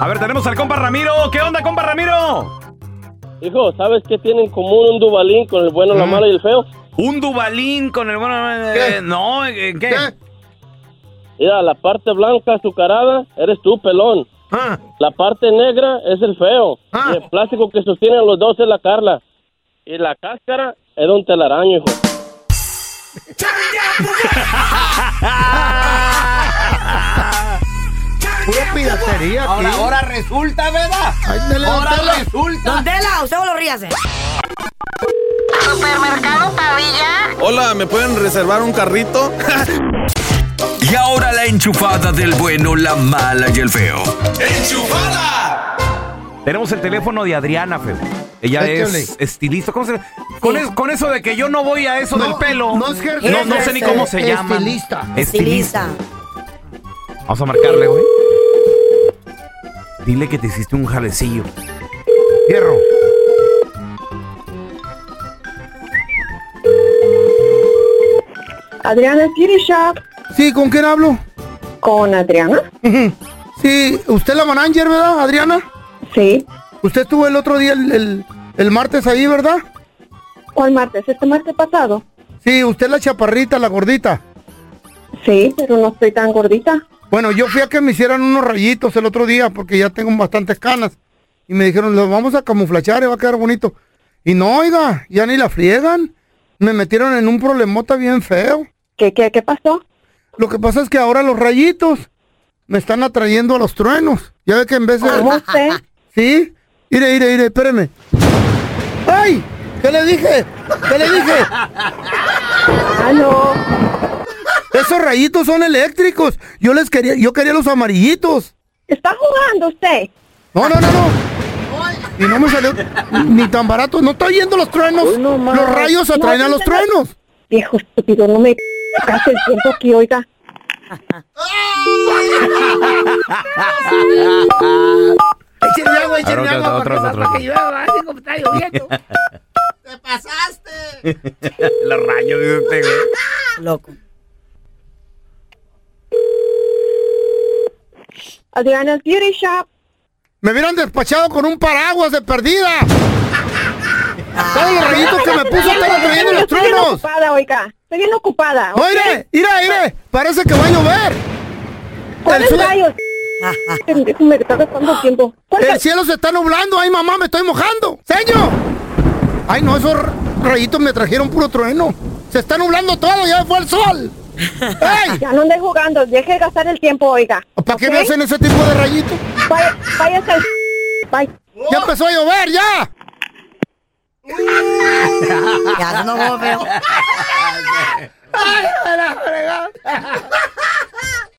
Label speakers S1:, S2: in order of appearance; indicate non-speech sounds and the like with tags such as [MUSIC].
S1: A ver, tenemos al compa Ramiro. ¿Qué onda, compa Ramiro?
S2: Hijo, ¿sabes qué tiene en común un Dubalín con el bueno, la mala y el feo?
S1: Un Dubalín con el bueno. eh, no, eh, ¿qué? [LAUGHS]
S2: Mira, la parte blanca azucarada eres tú, pelón. La parte negra es el feo. Y el plástico que sostiene a los dos es la Carla. Y la cáscara es don telaraño, hijo.
S3: Pura piratería aquí.
S4: Ahora, ahora resulta, ¿verdad?
S3: Ándale, don
S4: ahora
S3: Tela.
S4: resulta.
S5: Don Tela, usted lo ríase.
S6: Supermercado Pavilla.
S7: Hola, ¿me pueden reservar un carrito?
S8: Y ahora la enchufada del bueno, la mala y el feo.
S1: Tenemos el teléfono de Adriana, Fede. Ella
S3: Échale.
S1: es estilista. ¿Cómo se- con, es- con eso de que yo no voy a eso
S3: No,
S1: del pelo.
S3: no es hair-
S1: no, no sé ni cómo
S3: es-
S1: se
S3: es-
S1: llama.
S3: estilista.
S1: Estilista.
S5: Estilista.
S1: Vamos a marcarle, güey. Dile que te hiciste un jalecillo.
S3: Hierro.
S9: Adriana Beauty Shop
S3: Sí, ¿con quién hablo?
S9: con Adriana.
S3: Ujú. Sí, usted es la manager, ¿verdad, Adriana?
S9: Sí.
S3: Usted estuvo el otro día, el, el- el martes ahí, ¿verdad?
S9: ¿Cuál martes? ¿Este martes pasado?
S3: Sí, usted es la chaparrita, la gordita.
S9: Sí, pero no estoy tan gordita.
S3: Bueno, yo fui a que me hicieran unos rayitos el otro día porque ya tengo bastantes canas. Y me dijeron, los vamos a camuflachar y va a quedar bonito. Y no, oiga, ya ni la friegan. Me metieron en un problemota bien feo.
S9: ¿Qué, qué, qué pasó?
S3: Lo que pasa es que ahora los rayitos me están atrayendo a los truenos. Ya ve que en vez de...
S9: ¿Cómo usted?
S3: ¿Sí? Mire, mire, mire, espéreme. ¡Ay! ¿Qué le dije? ¿Qué le dije?
S9: [LAUGHS] Aló.
S3: Esos rayitos son eléctricos. Yo les quería, yo quería los amarillitos.
S9: ¿Está jugando usted?
S3: No, no, no, no. Y no me salió ni tan barato. No está yendo los truenos.
S9: Hoy no más.
S3: los rayos atraen
S9: No,
S3: a los
S9: no, no.
S3: truenos.
S9: Viejo estúpido, no me hace el tiempo aquí, oiga.
S3: Échenle
S1: A
S3: agua,
S1: ver,
S3: échenle
S1: otra,
S3: agua
S1: otra,
S3: para que-
S1: otra,
S3: para
S1: otra.
S3: que llueva, así como
S1: [LAUGHS]
S3: está lloviendo.
S1: Los rayos, dice usted, güey.
S5: Loco.
S9: Adriana Beauty Shop.
S3: Me hubieran despachado con un paraguas de perdida. Todos los rayitos que me puso están atrayendo los
S9: Estoy bien
S3: truenos.
S9: ocupada, oiga. Estoy bien ocupada. ¿ok?
S3: Oye, mira, mira, parece que va a llover.
S9: ¿Cuáles
S3: sur-
S9: rayos? Pendejo, me está gastando tiempo. ¿Cuáles
S3: El cielo se está nublando. Ay, mamá, me estoy mojando. Señor. Ay, no, esos rayitos me trajeron puro trueno. Se está nublando todo, ya fue el
S9: [LAUGHS]
S3: sol. ¡Ey!
S9: Ya no ande jugando, deje de gastar el tiempo, oiga.
S3: ¿Para qué
S9: ¿Ok?
S3: me hacen ese tipo de rayitos?
S9: Vaya- Váyase al... Bye.
S3: Ya empezó a llover, ya.
S5: Ya, eso no como feo.